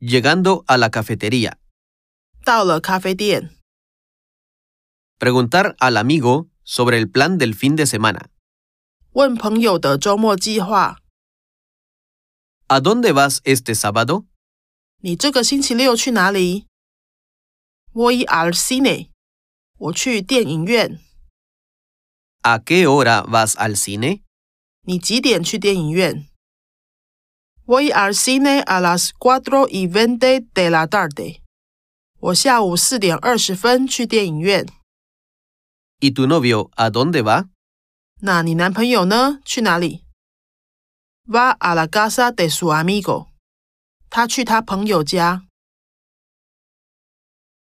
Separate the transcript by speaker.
Speaker 1: Llegando a la cafetería.
Speaker 2: 到了咖啡店，
Speaker 1: Preguntar al amigo sobre el plan del fin de semana.
Speaker 2: 问朋友的周末计划。
Speaker 1: ¿A dónde vas este sábado?
Speaker 2: 你这个星期六去哪里？Voy al cine。我去电影院。
Speaker 1: ¿A qué hora vas al cine?
Speaker 2: 你几点去电影院？Voy al cine a las cuatro y veinte de la tarde。我下午四点二十分去电影院。
Speaker 1: ¿Y tu novio a dónde va?
Speaker 2: 那你男朋友呢？去哪里？Va a la casa de su amigo。他去他朋友家。